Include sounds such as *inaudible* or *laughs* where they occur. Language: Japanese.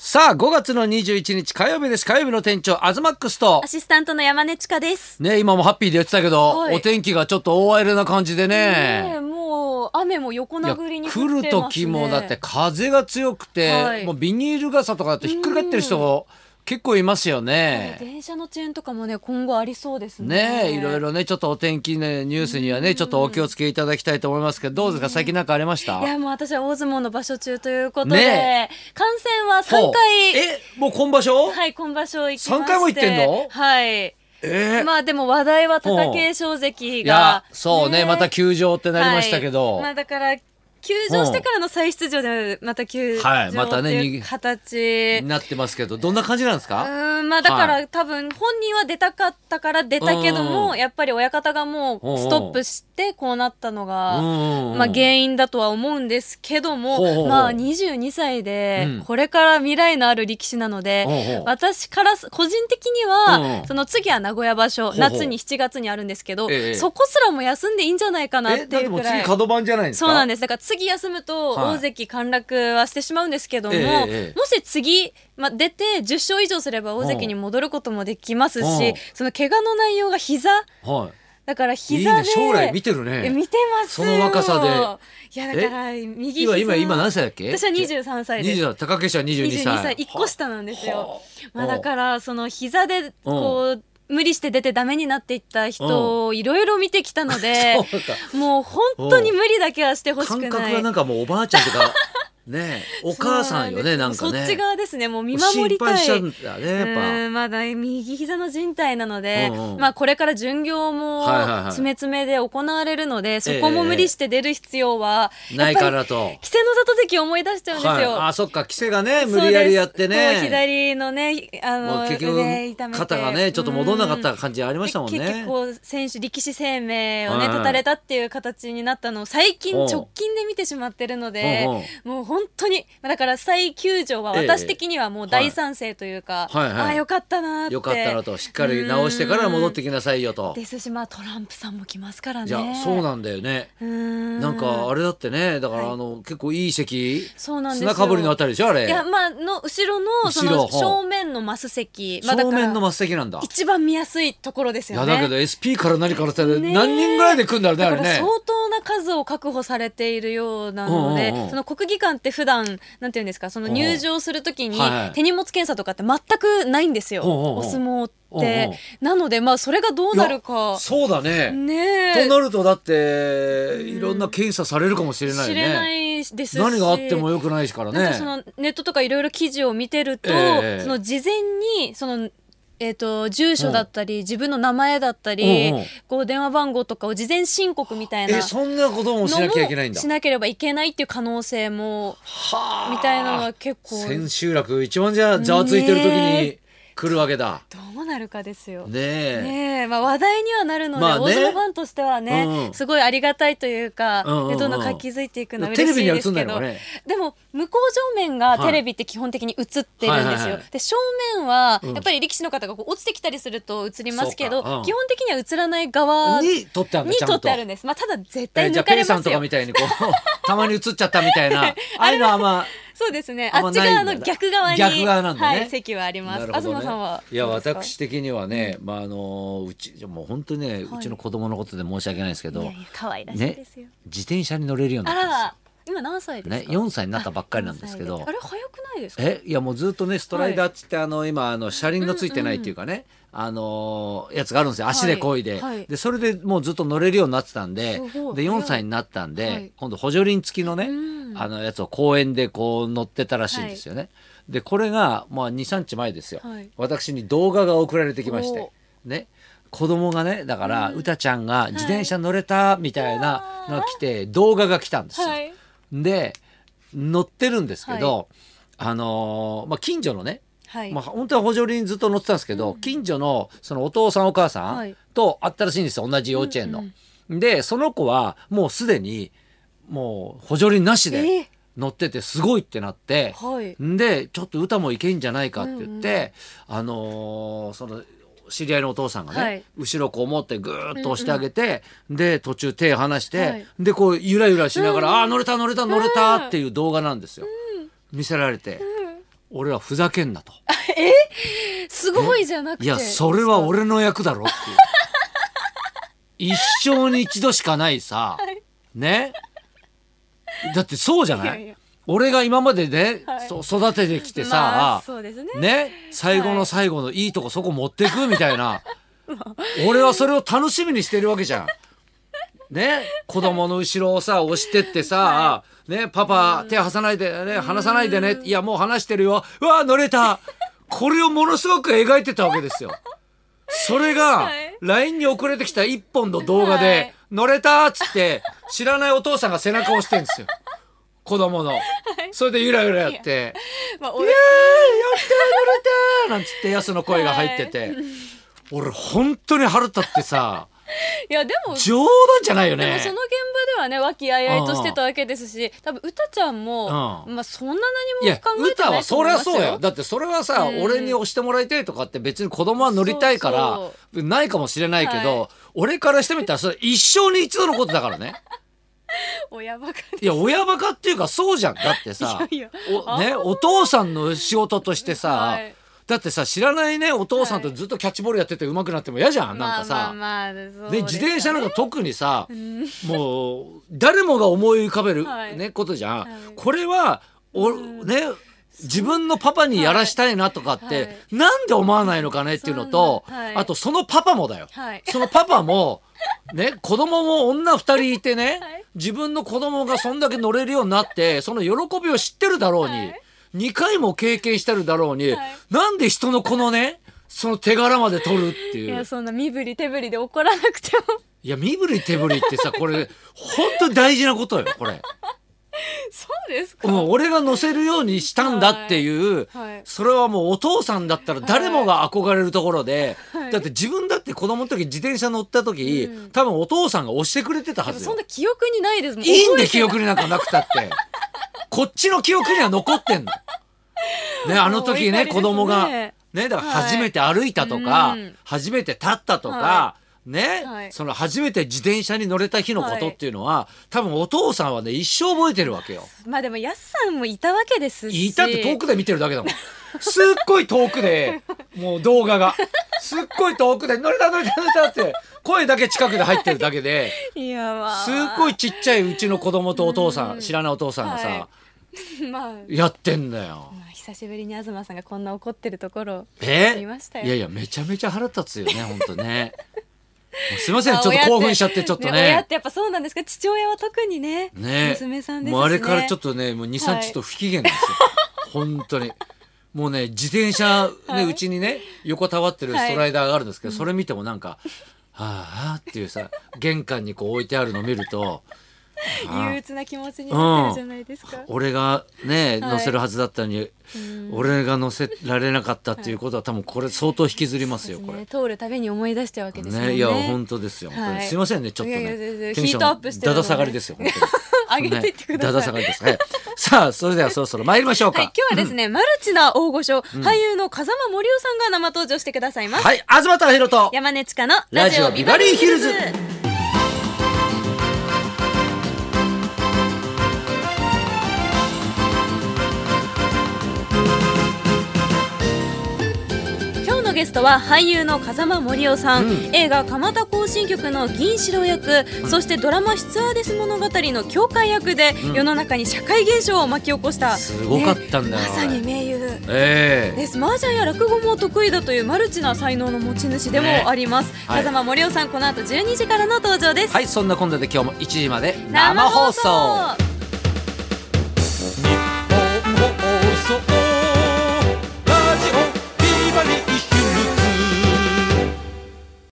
さあ5月の21日火曜日です火曜日の店長アズマックスとアシスタントの山根千佳です。ね今もハッピーで言ってたけど、はいお天気がちょっと大荒れな感じでねえねもう雨も横いや殴りに降ってます来ね。る時もだって風が強くて、はいもうビニール傘とかだとひっくり返ってる人が結構いますよねね。電車の遅延とかもね今後ありそうですね。ねいろい。ろねちょっとお天気ねニュースにはねちょっとお気をつけいただきたいと思いますけどどうですか最近なんかありましたいやもう私は大相撲の場所中ということで、ね観戦はほ3う回えもう今場所、はい今場所行きまし三て回も行ってんのはいえーまあでも話題は貴景勝関いがやそうねまた球場ってなりましたけど、はいまあ、だから休場してからの再出場でまた休場はいっまたねていう形、になってますけどどんな感じなんですうか、ーんまあだから、は多分本人は出たかったから出たけうどんも、うんやっぱり親方がもうストップしてこうなったのが、うんうんまあ、原因だとは思うんですけども、ほうほうほうまあ、22歳でうんこれから未来のある力士なので、ほうほう私からす個人的にうんは、うんその次は名古屋場所ほうほう夏に7月にあるんですけど、ええそこすらも休んでいいんじゃないかなってえだっいてうもくうら次い。角番じゃないんですかそうなんでですだから次休むとはい大関陥落はしてしまうんですけども、ええええもし次、まあ、出て10勝以上すれば大関に戻ることもできますうんしその怪我の内容がす膝はいだからいい膝でね将来見てるえね見てますよその若さでいやだから右今膝今今何歳だっけ私は23歳です20高岸は22 22歳歳1個下なんですよはまあ、だからその膝でこう無理して出てダメになっていった人をいろいろ見てきたのでそうかもう本当に無理だけはしてほしく感ない覚がなんかもうおばあちゃんとか *laughs* ねお母さんよねなんかそねっち側ですねもう見守りたい心配しちゃうんだねやっうんまだ右膝の靭帯なので、うんうんまあ、これから巡業もはいはいはい詰め詰めで行われるので、そこも無理して出る必要は、ぱないやっぱかりらと稀勢の里関を思い出しちゃうんですよ。はい、あそっか規制がねそうです無理やりやってこうね左のねあものう結腕痛め局て肩がねちょっと戻んなかった感じありうんましたもんで結ね局こう選手力士生命をはいねはい断たれたっていう形になったのを最近うん直近で見てしまってるのでうんうんもう本当にまあだから再球場はええ私的にはもう大賛成というか、はいはいはいああよかったなーってよかったらとしっかり直してから戻ってきなさいよとですしまあトランプさんも来ますからねじゃあそうんなんだよねうんなんかあれだってねだかはらいあの結構いい席そうなんですよ砂かぶりのあたりでしょあれいやまあの後ろのそ後ろのほう正面のマス席、まあ、だ正から面の真っ先なんだ一番見やすいところですいよやね。だけど SP から何からってねえ何人ぐらいで来るんだろうねだあかれらね相当な数を確保されているようなので、うんうんうんその国技館って普段なんていうんですかその入場するときにはいはい手荷物検査とかって全くないんですよ、うんうんうんお相撲って、うんうんなのでまあそれがどうなるかそうだねねとえなるとだっていろんな検査されるかもしれない知よれなねいですし何があってもよくないですからなんかそねのネットとかいろいろ記事を見てると、ええその事前にその、えー、と住所だったり、自分の名前だったり、うんうんこう電話番号とかを事前申告みたいなえそんなこともしなきゃいけないんだしなければいけないっていう可能性もはあみたいなのが結構千秋楽一番じゃあざわついてる時ねに来るわけだどうなるかですよ。ねねええまあ、話題にはなるので、まあね大相撲ファンとしてはね、うんすごいありがたいというか、うんうんうんでどんどん活気づいていくのはテレ嬉しビいにはで映すんなけいのど、かねでも向こう正面がはいテレビって基本的に映ってるんですよ、はいはいはいで正面はうんやっぱり力士の方がこう落ちてきたりすると映りますけそうかうどん基本的には映らない側にに撮ってあるんだちゃん撮とってあるんです、まあ、ただ絶えー対じゃあ抜ペかリれさまんすとかよみたいにこう *laughs* たまに映っちゃったみた *laughs* いなああいうのはまそうですねあんあまっち側ないのんだ逆側に逆側なんだねはい、席はありあます、なるほ東どねさんはいやどうですか私的にはね、まああのうちもう本当にね、はいうちの子供のことで申し訳ないですけどいやいや可愛らしいですよ、自転車に乗れるようになあったんですよら今何歳ですね、か、 4歳になったばっかりなんですけど4歳あれ早くないですかえいやもうずっとねストライダーっつって、あの今あの車輪のついてないっていうかね、あのーやつがあるんですよ足で漕いで、はいはいでそれでもうずっと乗れるようになってたんですごいで4歳になったんで、はい今度補助輪付きのね、うんあのやつを公園でこう乗ってたらしいんですよね、でこれが、まあ、23日前ですよ、はい私に動画が送られてきましておね子供がねだから、うたちゃんが自転車乗れたみたいなのが来て、動画が来たんですよ。はいで乗ってるんですけど、あのーまあ、近所のね、はい、まあ、本当は補助輪ずっと乗ってたんですけど、近所のそのお父さんお母さはんいと会ったらしいんですよ同じ幼稚園の。うんでその子はもうすでにもう補助輪なしえで乗っててすごいってなって、はいでちょっと歌もいけんじゃないかって言って、あのーその知り合いのお父さんがね、はい後ろこう持ってぐーっと押してあげて、で途中手離して、はいでこうゆらゆらしながら「あー乗れた乗れた乗れた」っていう動画なんですよ、見せられて、俺はふざけんなと。すごいじゃなくていや、それは俺の役だろっていう。一生に一度しかないさ、 *laughs* ね。だってそうじゃないいやいや俺が今までね、はいそ育ててきてさ、まあそうですねね、最後の最後のいいとこそこ持ってくみたい *laughs* な。俺はそれを楽しみにしてるわけじゃん。ね、子供の後ろをさ、押してってさ、ね、パパ、手離さないで、ね、離さないでね。いや、もう離してるよ。うわ、乗れた。これをものすごく描いてたわけですよ。それがはい、 LINE に送れてきた一本の動画はいで、乗れたっつって、知らないお父さんが背中を押してるんですよ。子供の。それでゆらゆらやって。ま「あいやーやったー乗れ俺たー!」なんつってやすの声が入ってて、俺本当に腹立って *laughs* さいやでも冗談じゃないよでもねその現場ではね和気あいあいとしてたわけですし多分歌ちゃんも、うんまあ、そんない何もや考えて歌なはいとそ思いりゃますよそうやだってそれはさ、うん俺に押してもらいたいとかって別に子供は乗りたいからそうないかもしれないけど、は俺からしてみたらそれ一生に一度のことだ *laughs* からね親バカいや親バカっていうかそうじゃんだってさいやいやお,、ね、お父さんの仕事としてさ、はいだってさ知らないねお父さんとずっとキャッチボールやってて上手くなっても嫌じゃん、なんかさ。まあまあまあそね、うで自す転車なんか特にさ、んもう誰もが思い浮かべる、はいね、ことじゃん、はいこれはお、ね、自分のパパにやらしたいなとかって、はいはいなんで思わないのかねっていうのと、そんなはいあとそのパパもだよ、はいそのパパも、ね、子供も女2人いてね、はい自分の子供がそんだけ乗れるようになってその喜びを知ってるだろうに、はい2回も経験してるだろうに、はいなんで人のこのねその手柄まで取るっていう。いやそんな身振り手振りで怒らなくてもいや身振り手振りってさこれ本当に大事なことよこれ、 *laughs* そうですか、うん、俺が乗せるようにしたんだっていう、はいそれはもうお父さんだったら誰もが憧れるところで、はいだって自分だって子供の時自転車乗った時、うん多分お父さんが押してくれてたはずそよんな記憶にないですもんいいん覚えでて記憶になんかなくたって *laughs* こっちの記憶には残ってんの。ね、あの時もうお怒りねです子ね供がねだからはい初めて歩いたとか、うん初めて立ったとか、はね、はいその初めて自転車に乗れた日のことっていうのは、多分お父さんはね一生覚えてるわけよ。まあでもやすさんもいたわけですしいたって遠くで見てるだけだもん。すっごい遠くで、もう動画が。すっごい遠くで、乗れた乗れた乗れたって、声だけ近くで入ってるだけで、いや *laughs* まあすっごいちっちゃいうちの子供とお父さん、知らないお父さんがさ、はまあやってんだよ。まあ久しぶりに東さんがこんな怒ってるところをえ見ましたよいやいやめちゃめちゃ腹立 *laughs* つよね本当ね。もうすいませんまあちょっと親て興奮しちゃってちょっと親っね。てやっぱそうなんですか父親は特にねね娘さんですしねもうあれからちょっととねもう二は三いちょっと不機嫌ですよ。本当に。もうね自転車はねいうちにね横たわってるストライダーがあるんですけどそれ見てもなんか。はああっていうさ玄関にこう置いてあるの見るとああ憂鬱な気持ちになってるじゃないですか、俺がねはい乗せるはずだったのにうん俺が乗せられなかったっていうことは多分これ相当引きずりますよこれね、。通るたびに思い出しちゃうわけですもんねね、いや本 *laughs* 当ですよ、はい本当にすいませんねちょっとねいやいや全然テンションヒートアップしてるだのねだ下がりですよ本当に *laughs* 上げていってくださいねだだ下がりですはい *laughs* さあそれではそろそろ参りましょうかはい、今日はですね、マルチな大御所、俳優の風間森夫さんが生登場してくださいます。はい東隆弘と山根千佳のラジオビバリーヒルズ。今日のゲストは俳優の風間森夫さん、うん映画「蒲田行進曲」の銀四郎役、そしてドラマ「スツアーデス物語」の教官役で、ん世の中に社会現象を巻き起こしたすごかったんだよねまさに名優ええです麻雀や落語も得意だというマルチな才能の持ち主でもあります、はい風間森夫さんこの後12時からの登場です、はいそんなこんなで今日も1時まで生生放放送送放送